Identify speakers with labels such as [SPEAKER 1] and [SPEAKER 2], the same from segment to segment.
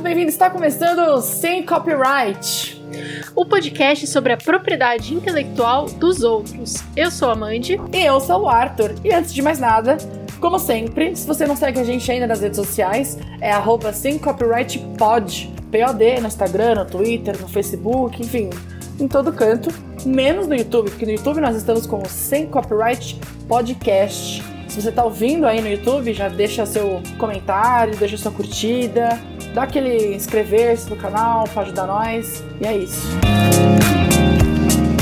[SPEAKER 1] bem-vindo. Está começando Sem Copyright.
[SPEAKER 2] O podcast sobre a propriedade intelectual dos outros. Eu sou a Mandy.
[SPEAKER 1] E eu sou o Arthur. E antes de mais nada, como sempre, se você não segue a gente ainda nas redes sociais, é arroba sem copyright pod. POD no Instagram, no Twitter, no Facebook, enfim, em todo canto. Menos no YouTube, porque no YouTube nós estamos com o Sem Copyright Podcast. Se você está ouvindo aí no YouTube, já deixa seu comentário, deixa sua curtida, dá aquele inscrever-se no canal para ajudar nós. E é isso.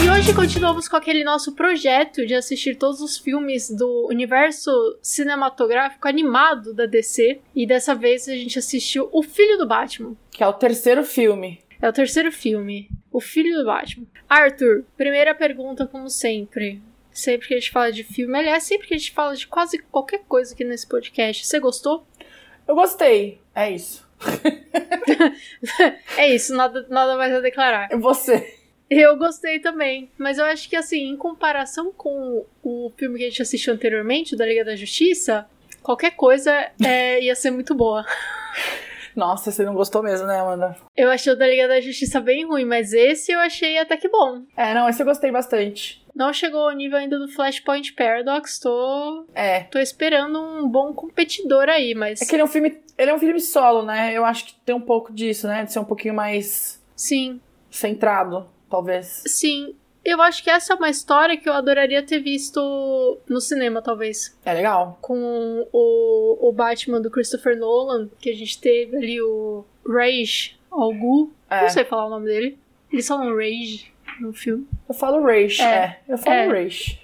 [SPEAKER 2] E hoje continuamos com aquele nosso projeto de assistir todos os filmes do universo cinematográfico animado da DC. E dessa vez a gente assistiu O Filho do Batman.
[SPEAKER 1] Que é o terceiro filme.
[SPEAKER 2] É o terceiro filme. O Filho do Batman. Arthur, primeira pergunta, como sempre. Sempre que a gente fala de filme, aliás, sempre que a gente fala de quase qualquer coisa aqui nesse podcast. Você gostou?
[SPEAKER 1] Eu gostei. É isso.
[SPEAKER 2] É isso, nada, nada mais a declarar.
[SPEAKER 1] E Você.
[SPEAKER 2] Eu gostei também, mas eu acho que assim, em comparação com o filme que a gente assistiu anteriormente, o da Liga da Justiça, qualquer coisa é, ia ser muito boa.
[SPEAKER 1] Nossa, você não gostou mesmo, né, Amanda?
[SPEAKER 2] Eu achei o da Liga da Justiça bem ruim, mas esse eu achei até que bom.
[SPEAKER 1] É, não, esse eu gostei bastante.
[SPEAKER 2] Não chegou ao nível ainda do Flashpoint Paradox, tô,
[SPEAKER 1] É.
[SPEAKER 2] tô esperando um bom competidor aí, mas
[SPEAKER 1] É que ele é um filme. Ele é um filme solo, né? Eu acho que tem um pouco disso, né? De ser um pouquinho mais
[SPEAKER 2] sim,
[SPEAKER 1] centrado, talvez.
[SPEAKER 2] sim. Eu acho que essa é uma história que eu adoraria ter visto no cinema, talvez.
[SPEAKER 1] É legal.
[SPEAKER 2] com o, o Batman do Christopher Nolan, que a gente teve ali o Rage Al Ghul,
[SPEAKER 1] É.
[SPEAKER 2] não sei falar o nome dele. Eles falam Rage no filme.
[SPEAKER 1] Eu falo Rage. É.
[SPEAKER 2] É.
[SPEAKER 1] Eu falo
[SPEAKER 2] É.
[SPEAKER 1] Rage.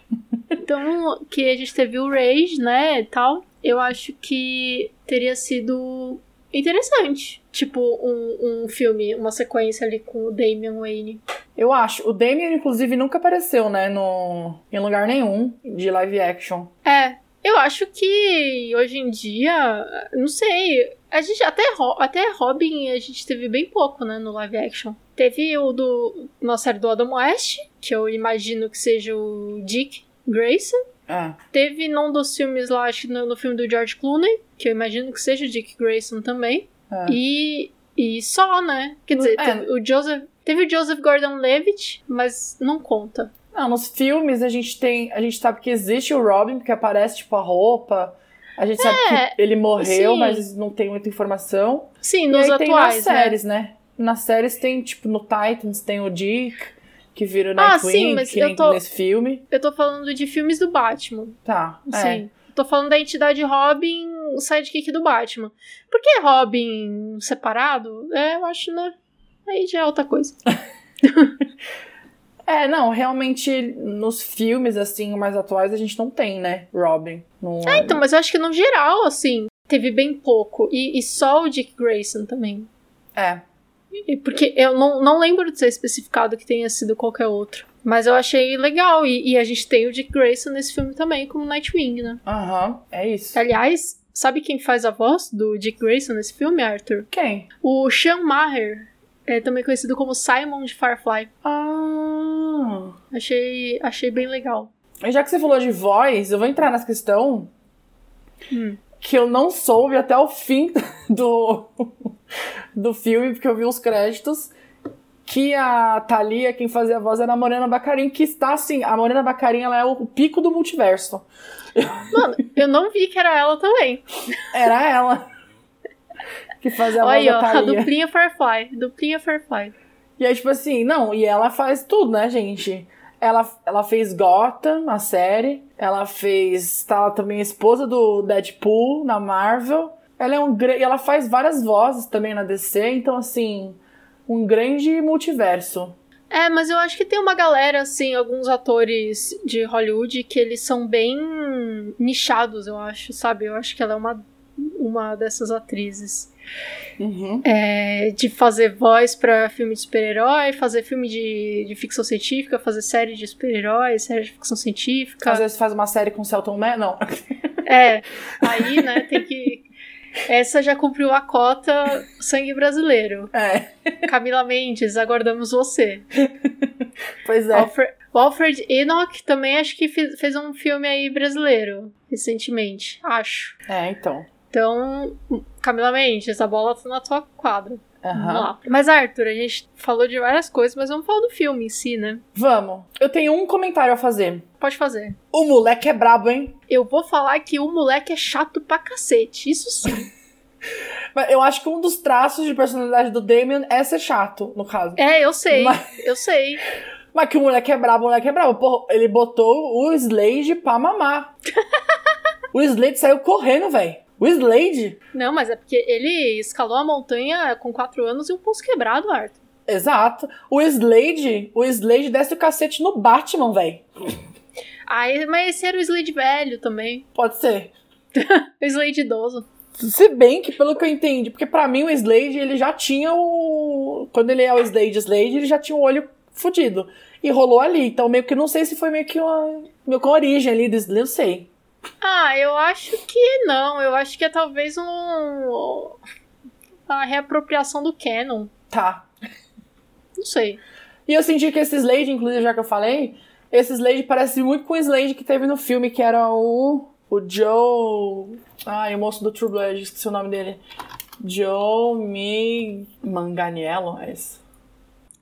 [SPEAKER 2] Então, que a gente teve o Rage, né, e tal. Eu acho que teria sido interessante. Tipo, um, um filme, uma sequência ali com o Damian Wayne.
[SPEAKER 1] Eu acho. O Damien, inclusive, nunca apareceu, né? No... Em lugar nenhum de live action.
[SPEAKER 2] É, eu acho que hoje em dia, não sei, a gente até, Ro- até Robin a gente teve bem pouco, né, no live action. Teve o do nossa série do Adam West, que eu imagino que seja o Dick Grayson.
[SPEAKER 1] É.
[SPEAKER 2] Teve num dos filmes lá, acho que no, no filme do George Clooney, que eu imagino que seja o Dick Grayson também.
[SPEAKER 1] É.
[SPEAKER 2] E, e só, né? Quer dizer,
[SPEAKER 1] É.
[SPEAKER 2] teve o Joseph. Teve o Joseph Gordon-Levitt, mas não conta.
[SPEAKER 1] Não, nos filmes a gente tem. A gente sabe que existe o Robin, porque aparece, tipo, a roupa. A gente sabe
[SPEAKER 2] É,
[SPEAKER 1] que ele morreu,
[SPEAKER 2] sim.
[SPEAKER 1] mas não tem muita informação.
[SPEAKER 2] Sim,
[SPEAKER 1] E
[SPEAKER 2] nos
[SPEAKER 1] aí tem nas
[SPEAKER 2] atuais, né?
[SPEAKER 1] séries, né? Nas séries tem, tipo, no Titans tem o Dick, que vira o
[SPEAKER 2] Ah,
[SPEAKER 1] Nightwing,
[SPEAKER 2] sim, mas
[SPEAKER 1] que
[SPEAKER 2] eu
[SPEAKER 1] nem
[SPEAKER 2] tô-
[SPEAKER 1] nesse filme.
[SPEAKER 2] Eu tô falando de filmes do Batman.
[SPEAKER 1] Tá, é.
[SPEAKER 2] Sim. Tô falando da entidade Robin, o sidekick do Batman. Por que Robin separado? É, eu acho, né? Aí já é outra coisa.
[SPEAKER 1] É, não, realmente nos filmes, assim, mais atuais, a gente não tem, né? Robin. Não,
[SPEAKER 2] Ah, então, mas eu acho que no geral, assim, teve bem pouco. E, e só o Dick Grayson também.
[SPEAKER 1] É.
[SPEAKER 2] E- Porque eu não, não lembro de ser especificado que tenha sido qualquer outro. Mas eu achei legal. E, e a gente tem o Dick Grayson nesse filme também, como Nightwing, né?
[SPEAKER 1] Aham, é isso.
[SPEAKER 2] Aliás, sabe quem faz a voz do Dick Grayson nesse filme, Arthur?
[SPEAKER 1] Quem?
[SPEAKER 2] O Sean Maher, é também conhecido como Simon de Firefly.
[SPEAKER 1] Ah.
[SPEAKER 2] Achei, achei bem legal.
[SPEAKER 1] E já que você falou de voz, eu vou entrar nessa questão
[SPEAKER 2] Hum.
[SPEAKER 1] que eu não soube até o fim do, do filme, porque eu vi os créditos, que a Thalia, quem fazia a voz, era a Morena Bacarin, que está assim, a Morena Bacarin, ela é o pico do multiverso.
[SPEAKER 2] Mano, eu não vi que era ela também.
[SPEAKER 1] Era ela que fazia a voz
[SPEAKER 2] Olha aí,
[SPEAKER 1] da
[SPEAKER 2] ó,
[SPEAKER 1] Thalia.
[SPEAKER 2] duplinha Firefly, duplinha Firefly.
[SPEAKER 1] E aí, tipo assim, não, e ela faz tudo, né, gente? Ela, ela fez Gotham na série, ela fez. Tá ela também é esposa do Deadpool na Marvel. Ela é um gran- e ela faz várias vozes também na DC, então assim, um grande multiverso.
[SPEAKER 2] É, mas eu acho que tem uma galera, assim, alguns atores de Hollywood que eles são bem nichados, eu acho, sabe? Eu acho que ela é uma, uma dessas atrizes.
[SPEAKER 1] Uhum.
[SPEAKER 2] É, de fazer voz pra filme de super-herói, fazer filme de, de ficção científica, fazer série de super-herói, série de ficção científica.
[SPEAKER 1] Às vezes faz uma série com o Celton Man, não.
[SPEAKER 2] É, aí, né, tem que. Essa já cumpriu a cota sangue brasileiro.
[SPEAKER 1] É,
[SPEAKER 2] Camila Mendes, aguardamos você.
[SPEAKER 1] pois é.
[SPEAKER 2] Alfre- o Alfred Enoch também acho que fe- fez um filme aí brasileiro recentemente, acho.
[SPEAKER 1] É, então.
[SPEAKER 2] Então, Camila Mendes, a bola tá na tua quadra.
[SPEAKER 1] Aham.
[SPEAKER 2] Lá. Mas, Arthur, a gente falou de várias coisas, mas vamos falar do filme em si, né?
[SPEAKER 1] Vamos. Eu tenho um comentário a fazer.
[SPEAKER 2] Pode fazer.
[SPEAKER 1] O moleque é brabo, hein?
[SPEAKER 2] Eu vou falar que o moleque é chato pra cacete. Isso sim.
[SPEAKER 1] Mas eu acho que um dos traços de personalidade do Damien é ser chato, no caso.
[SPEAKER 2] É, eu sei.
[SPEAKER 1] Mas-
[SPEAKER 2] Eu sei.
[SPEAKER 1] Mas que o moleque é brabo, o moleque é brabo. Porra, ele botou o Slade pra mamar. o Slade saiu correndo, velho. O Slade?
[SPEAKER 2] Não, mas é porque ele escalou a montanha com quatro anos e um pulso quebrado, Arthur.
[SPEAKER 1] Exato. O Slade, o Slade desce o cacete no Batman, velho.
[SPEAKER 2] Aí, Ah, mas esse era o Slade velho também.
[SPEAKER 1] Pode ser.
[SPEAKER 2] O Slade idoso.
[SPEAKER 1] Se bem que, pelo que eu entendi, porque pra mim o Slade, ele já tinha o... Quando ele é o Slade, Slade, ele já tinha o olho fudido. E rolou ali. Então, meio que, não sei se foi meio que uma... Meio que uma origem ali do Slade, não sei.
[SPEAKER 2] Ah, eu acho que não. Eu acho que é talvez um. A reapropriação do Canon.
[SPEAKER 1] Tá.
[SPEAKER 2] Não sei.
[SPEAKER 1] E eu senti que esse Slade, inclusive, já que eu falei, esse Slade parece muito com o Slade que teve no filme, que era o. O Joe. Ai, o moço do True Blood, esqueci o nome dele. Joe Mi... Manganiello, é isso.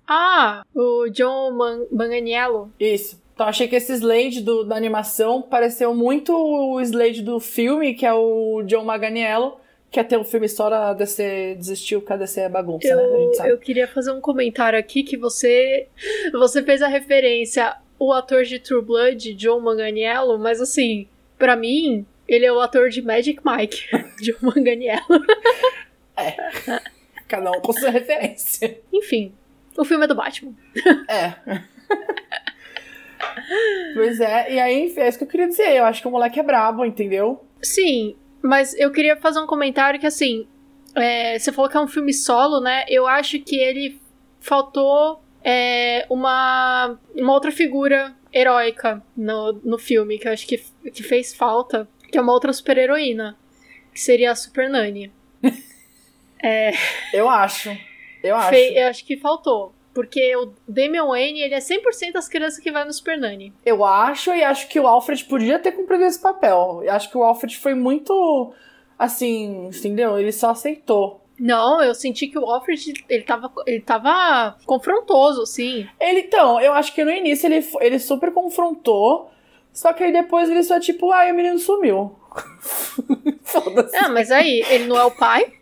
[SPEAKER 2] Ah, o John Man Manganiello.
[SPEAKER 1] Isso. Então achei que esse Slade do, da animação pareceu muito o Slade do filme, que é o John Manganiello, que até o filme só da DC desistiu, porque a DC é bagunça, né? A
[SPEAKER 2] Eu,
[SPEAKER 1] gente sabe.
[SPEAKER 2] eu queria fazer um comentário aqui que você você fez a referência o ator de True Blood, John Manganiello, mas assim, pra mim, ele é o ator de Magic Mike, John Manganiello.
[SPEAKER 1] Cada um com sua referência.
[SPEAKER 2] Enfim, o filme é do Batman.
[SPEAKER 1] É. pois é, e aí, enfim, é isso que eu queria dizer. Eu acho que o moleque é brabo, entendeu?
[SPEAKER 2] Sim, mas eu queria fazer um comentário que assim, é, você falou que é um filme solo, né? Eu acho que ele faltou é, uma, uma outra figura heróica no, no filme, que eu acho que, que fez falta, que é uma outra super heroína, que seria a Super Nanny.
[SPEAKER 1] Eu acho. Eu acho.
[SPEAKER 2] Fe- eu acho que faltou. Porque o Damian Wayne, ele é 100% as crianças que vai no Super Nanny.
[SPEAKER 1] Eu acho, e acho que o Alfred podia ter cumprido esse papel. Eu acho que o Alfred foi muito. Assim, entendeu? Ele só aceitou.
[SPEAKER 2] Não, eu senti que o Alfred, ele tava, ele tava confrontoso, assim.
[SPEAKER 1] Ele, então, eu acho que no início ele, fo- ele super confrontou. Só que aí depois ele só, tipo, ai, o menino sumiu. Foda-se.
[SPEAKER 2] Ah, mas aí, ele não é o pai,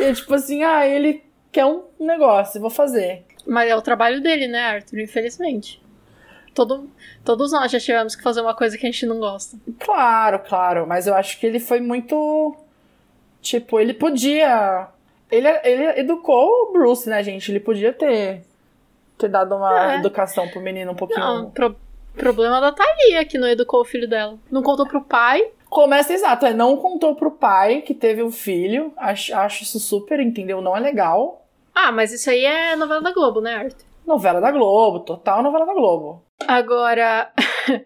[SPEAKER 1] E tipo assim, ah, ele quer um negócio, vou fazer.
[SPEAKER 2] Mas é o trabalho dele, né, Arthur? Infelizmente. Todo, todos nós já tivemos que fazer uma coisa que a gente não gosta.
[SPEAKER 1] Claro, claro, mas eu acho que ele foi muito. Tipo, ele podia. Ele, ele educou o Bruce, né, gente? Ele podia ter, ter dado uma
[SPEAKER 2] É.
[SPEAKER 1] educação pro menino um pouquinho.
[SPEAKER 2] Não, é pro- problema da Thalia, que não educou o filho dela. Não contou pro pai.
[SPEAKER 1] Começa exato, é não contou pro pai que teve um filho. Acho, acho isso super, entendeu? Não é legal.
[SPEAKER 2] Ah, mas isso aí é novela da Globo, né, Arthur?
[SPEAKER 1] Novela da Globo, total novela da Globo.
[SPEAKER 2] Agora,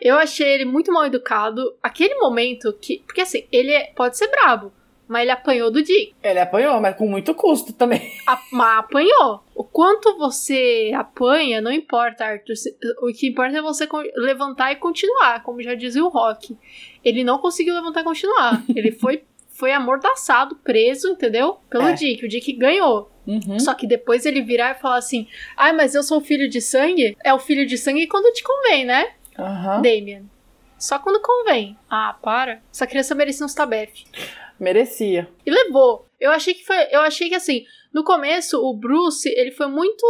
[SPEAKER 2] eu achei ele muito mal educado. Aquele momento que. Porque assim, ele é- pode ser brabo, mas ele apanhou do Dick.
[SPEAKER 1] Ele apanhou, mas com muito custo também.
[SPEAKER 2] A- Mas apanhou. O quanto você apanha, não importa, Arthur. Se- O que importa é você con- levantar e continuar, como já dizia o Rock. Ele não conseguiu levantar e continuar. Ele foi, foi amordaçado, preso, entendeu? Pelo
[SPEAKER 1] É.
[SPEAKER 2] Dick. O Dick ganhou.
[SPEAKER 1] Uhum.
[SPEAKER 2] Só que depois ele virar e falar assim: Ai, mas eu sou filho de sangue? É o filho de sangue quando te convém, né,
[SPEAKER 1] Aham.
[SPEAKER 2] Damien? Só quando convém. Ah, para. Essa criança um merecia uns tabef
[SPEAKER 1] Merecia.
[SPEAKER 2] e levou. Eu achei que foi, eu achei que assim, no começo o Bruce, ele foi muito,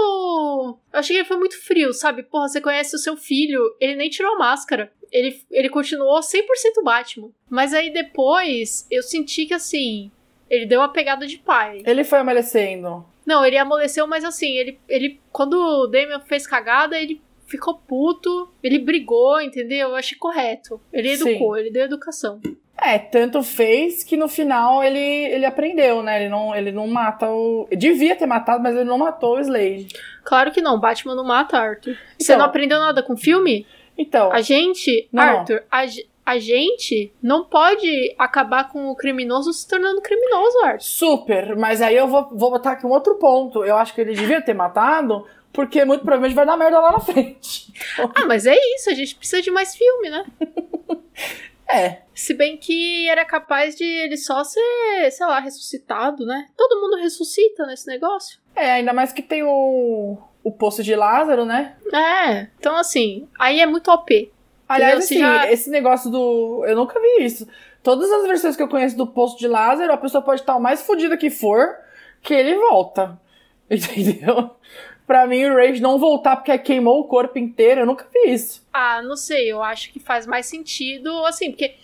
[SPEAKER 2] eu achei que ele foi muito frio, sabe? Porra, você conhece o seu filho, ele nem tirou a máscara. Ele, ele continuou 100% Batman. Mas aí depois eu senti que assim, ele deu a pegada de pai.
[SPEAKER 1] Ele foi amolecendo.
[SPEAKER 2] Não, ele amoleceu, mas assim, ele, ele quando o Damian fez cagada, ele ficou puto, ele brigou, entendeu? Eu achei correto. Ele
[SPEAKER 1] Sim.
[SPEAKER 2] educou, ele deu educação.
[SPEAKER 1] É, tanto fez que no final ele, ele aprendeu, né? Ele não, ele não mata o. ele Devia ter matado, mas ele não matou o Slade.
[SPEAKER 2] Claro que não, Batman não mata Arthur. Você
[SPEAKER 1] Então-
[SPEAKER 2] não aprendeu nada com o filme?
[SPEAKER 1] Então,
[SPEAKER 2] A gente,
[SPEAKER 1] Não, não.
[SPEAKER 2] Arthur, a, ge- a gente não pode acabar com o criminoso se tornando criminoso, Arthur.
[SPEAKER 1] super. Mas aí eu vou, vou botar aqui um outro ponto. Eu acho que ele devia ter matado, porque muito provavelmente vai dar merda lá na frente.
[SPEAKER 2] Ah, mas é isso, a gente precisa de mais filme, né?
[SPEAKER 1] É.
[SPEAKER 2] Se bem que era capaz de ele só ser, sei lá, ressuscitado, né? Todo mundo ressuscita nesse negócio.
[SPEAKER 1] É, ainda mais que tem o, o Poço de Lázaro, né?
[SPEAKER 2] É, então assim, aí é muito OP.
[SPEAKER 1] Aliás,
[SPEAKER 2] Você
[SPEAKER 1] assim,
[SPEAKER 2] já-
[SPEAKER 1] esse negócio do. Eu nunca vi isso. Todas as versões que eu conheço do Poço de Lázaro, a pessoa pode estar o mais fodida que for, que ele volta. Entendeu? Pra mim, o Rage não voltar porque queimou o corpo inteiro, eu nunca vi isso.
[SPEAKER 2] Ah, não sei, eu acho que faz mais sentido, assim, porque.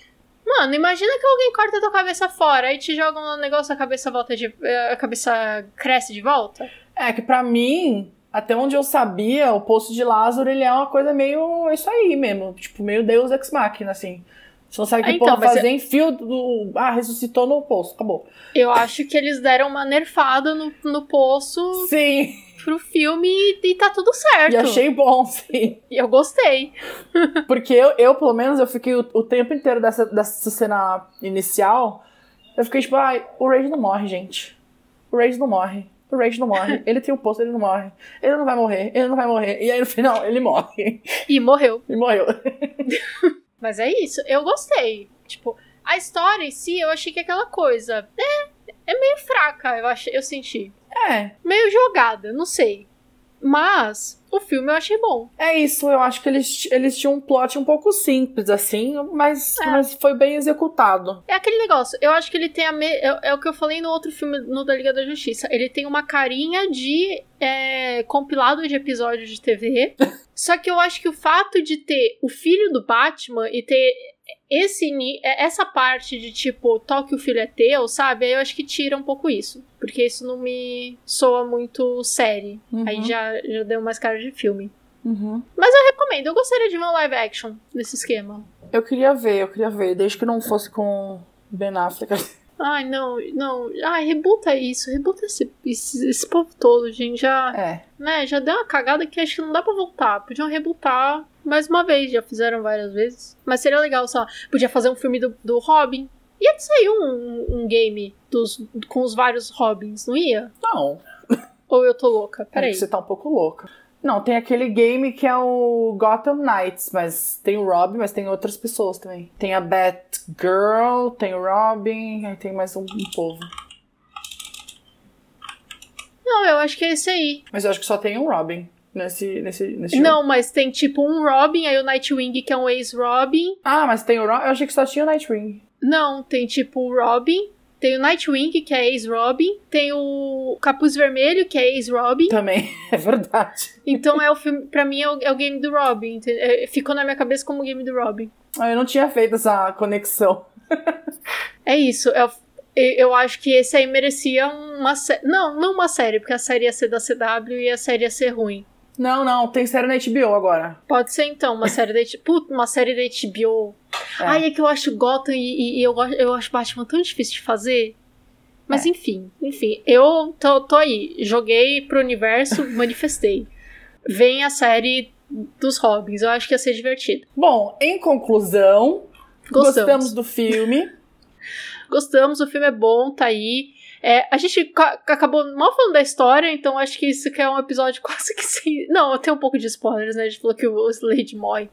[SPEAKER 2] Mano, imagina que alguém corta a tua cabeça fora aí te joga um negócio, a cabeça volta de. eh, A cabeça cresce de volta.
[SPEAKER 1] É que pra mim, até onde eu sabia, o Poço de Lázaro, ele é uma coisa meio. Isso aí mesmo. Tipo, meio Deus Ex Machina, assim. Você não sabe o que
[SPEAKER 2] Ah, então,
[SPEAKER 1] porra
[SPEAKER 2] mas
[SPEAKER 1] fazer, enfio do. Ah, ressuscitou no poço, acabou.
[SPEAKER 2] Eu acho que eles deram uma nerfada no, no poço
[SPEAKER 1] Sim,
[SPEAKER 2] pro filme e, e tá tudo certo.
[SPEAKER 1] e achei bom, sim.
[SPEAKER 2] E eu gostei.
[SPEAKER 1] Porque eu, eu, pelo menos, eu fiquei o, o tempo inteiro dessa, dessa cena inicial. Eu fiquei tipo, ai, o Rage não morre, gente. O Rage não morre. O Rage não morre. Ele tem o posto, ele não morre. Ele não vai morrer, ele não vai morrer. E aí no final, ele morre.
[SPEAKER 2] E morreu.
[SPEAKER 1] E morreu.
[SPEAKER 2] Mas é isso, eu gostei. Tipo, a história em si, eu achei que aquela coisa. É, é meio fraca, eu, achei, eu senti.
[SPEAKER 1] É.
[SPEAKER 2] Meio jogada, não sei. Mas o filme eu achei bom.
[SPEAKER 1] É isso, eu acho que eles, eles tinham um plot um pouco simples, assim, mas,
[SPEAKER 2] É.
[SPEAKER 1] mas foi bem executado.
[SPEAKER 2] É aquele negócio, eu acho que ele tem a. Me... É, é o que eu falei no outro filme, no da Liga da Justiça. Ele tem uma carinha de é, compilado de episódios de TV. só que eu acho que o fato de ter o filho do Batman e ter esse ni- é, essa parte de tipo, toque o filho é teu, sabe? Aí eu acho que tira um pouco isso. Porque isso não me soa muito série. Aí
[SPEAKER 1] Uhum,
[SPEAKER 2] já, já deu mais cara de filme.
[SPEAKER 1] uhum.
[SPEAKER 2] Recomendo, eu gostaria de ver um live action nesse esquema.
[SPEAKER 1] Eu queria ver, eu queria ver, desde que não fosse com Ben Affleck.
[SPEAKER 2] Ai, não, não. Ai, rebuta isso, rebuta esse, esse, esse povo todo, gente. Já,
[SPEAKER 1] É.
[SPEAKER 2] né, já deu uma cagada que acho que não dá pra voltar. Podiam rebutar mais uma vez, já fizeram várias vezes. Mas seria legal, sei lá. Podia fazer um filme do, do Robin. Ia sair um, um game dos, com os vários Robins, não ia?
[SPEAKER 1] Não,
[SPEAKER 2] Ou eu tô louca?
[SPEAKER 1] Peraí.
[SPEAKER 2] Peraí.
[SPEAKER 1] que você tá um pouco louca. Não, tem aquele game que é o Gotham Knights, mas tem o Robin, mas tem outras pessoas também. Tem a Batgirl, tem o Robin, aí tem mais um, um povo.
[SPEAKER 2] Não, eu acho que é esse aí.
[SPEAKER 1] Mas eu acho que só tem um Robin nesse, nesse, nesse jogo.
[SPEAKER 2] Não, mas tem tipo um Robin, aí o Nightwing que é um ex-Robin.
[SPEAKER 1] Ah, mas tem o Robin. Eu achei que só tinha o Nightwing.
[SPEAKER 2] Não, tem tipo o Robin, tem o Nightwing, que é ex-Robin, tem o Capuz Vermelho, que é ex-Robin.
[SPEAKER 1] Também, é verdade.
[SPEAKER 2] Então é o filme, pra mim é o, é o game do Robin. ente- é, Ficou na minha cabeça como o game do Robin.
[SPEAKER 1] Ah, Eu não tinha feito essa conexão.
[SPEAKER 2] É isso, é o- e- eu acho que esse aí merecia uma série. Não, não uma série, porque a série ia ser da CW e a série ia ser ruim.
[SPEAKER 1] Não, não, tem série na HBO agora.
[SPEAKER 2] Pode ser então, uma série da HBO. Puta, uma série da HBO.
[SPEAKER 1] É.
[SPEAKER 2] Ai, é que eu acho Gotham e, e- e eu, go- eu acho Batman tão difícil de fazer. Mas enfim, enfim, eu tô, tô aí. Joguei pro universo, manifestei. Vem a série dos Robins, eu acho que ia ser divertido.
[SPEAKER 1] Bom, em conclusão,
[SPEAKER 2] Gostamos.
[SPEAKER 1] gostamos do filme.
[SPEAKER 2] Gostamos, o filme é bom, tá aí. É, a gente ca- acabou mal falando da história, então acho que isso que é um episódio quase que sem. Não, tem um pouco de spoilers, né? A gente falou que o Slade morre.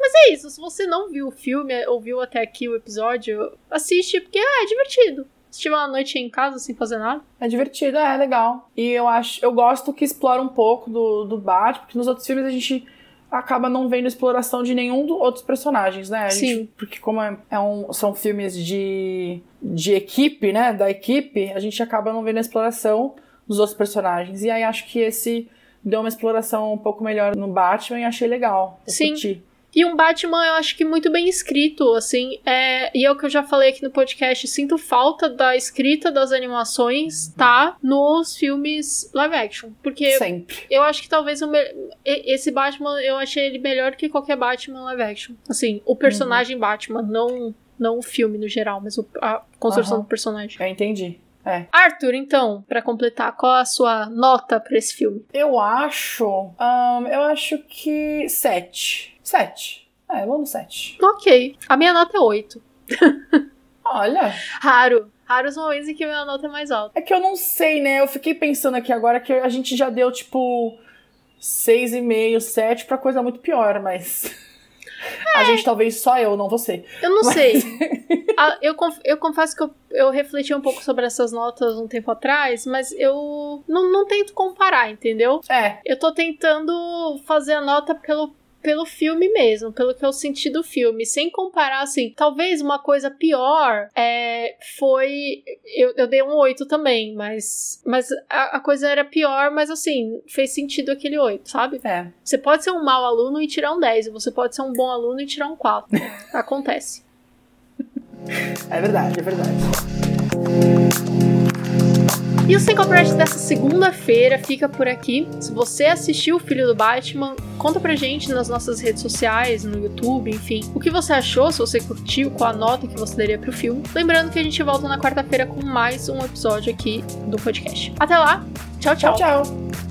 [SPEAKER 2] Mas é isso, se você não viu o filme, ouviu até aqui o episódio, assiste, porque ah, é divertido. Se tiver uma noite em casa sem fazer nada.
[SPEAKER 1] É divertido, é legal. E eu acho, eu gosto que explora um pouco do, do Batman, porque nos outros filmes a gente acaba não vendo exploração de nenhum dos outros personagens, né? A gente-
[SPEAKER 2] Sim.
[SPEAKER 1] porque como é, é um- são filmes de, de equipe, né? Da equipe, a gente acaba não vendo a exploração dos outros personagens. E aí acho que esse deu uma exploração um pouco melhor no Batman e achei legal. Eu
[SPEAKER 2] Sim.
[SPEAKER 1] curti.
[SPEAKER 2] E um Batman, eu acho que muito bem escrito, assim. É, e é o que eu já falei aqui no podcast. Sinto falta da escrita das animações, tá? Nos filmes live action. Porque
[SPEAKER 1] Sempre.
[SPEAKER 2] Eu acho que talvez o me- e- esse Batman, eu achei ele melhor que qualquer Batman live action. Assim, o personagem Batman, não, não o filme no geral, mas o- a construção
[SPEAKER 1] Aham.
[SPEAKER 2] do personagem.
[SPEAKER 1] Eu entendi. É.
[SPEAKER 2] Arthur, então, pra completar, qual a sua nota pra esse filme?
[SPEAKER 1] Eu acho. ahn, eu acho que. Sete. Sete. É, vamos no sete.
[SPEAKER 2] Ok, a minha nota é 8.
[SPEAKER 1] Olha,
[SPEAKER 2] Raro. Raros momentos em que minha nota é mais alta.
[SPEAKER 1] é que eu não sei, né? Eu fiquei pensando aqui agora que a gente já deu, tipo, seis e meio, sete pra coisa muito pior, mas. A gente talvez só eu, não você.
[SPEAKER 2] Eu não sei. Ah, eu, conf- eu confesso que eu, eu refleti um pouco sobre essas notas um tempo atrás, mas eu não, não tento comparar, entendeu?
[SPEAKER 1] É,
[SPEAKER 2] Eu tô tentando fazer a nota pelo, pelo filme mesmo, pelo que eu senti do filme, sem comparar, assim. Talvez uma coisa pior é, foi. Eu, eu dei um 8 também, mas, mas a, a coisa era pior, mas assim, fez sentido aquele 8, sabe?
[SPEAKER 1] é.
[SPEAKER 2] Você pode ser um mau aluno e tirar um 10, e você pode ser um bom aluno e tirar um 4. Acontece.
[SPEAKER 1] É verdade, é verdade.
[SPEAKER 2] E o Sem Copyright dessa segunda-feira fica por aqui. Se você assistiu o Filho do Batman, conta pra gente nas nossas redes sociais, no YouTube, enfim, o que você achou, se você curtiu, qual a nota que você daria pro filme. Lembrando que a gente volta na quarta-feira com mais um episódio aqui do podcast. Até lá, tchau, tchau.
[SPEAKER 1] tchau. tchau.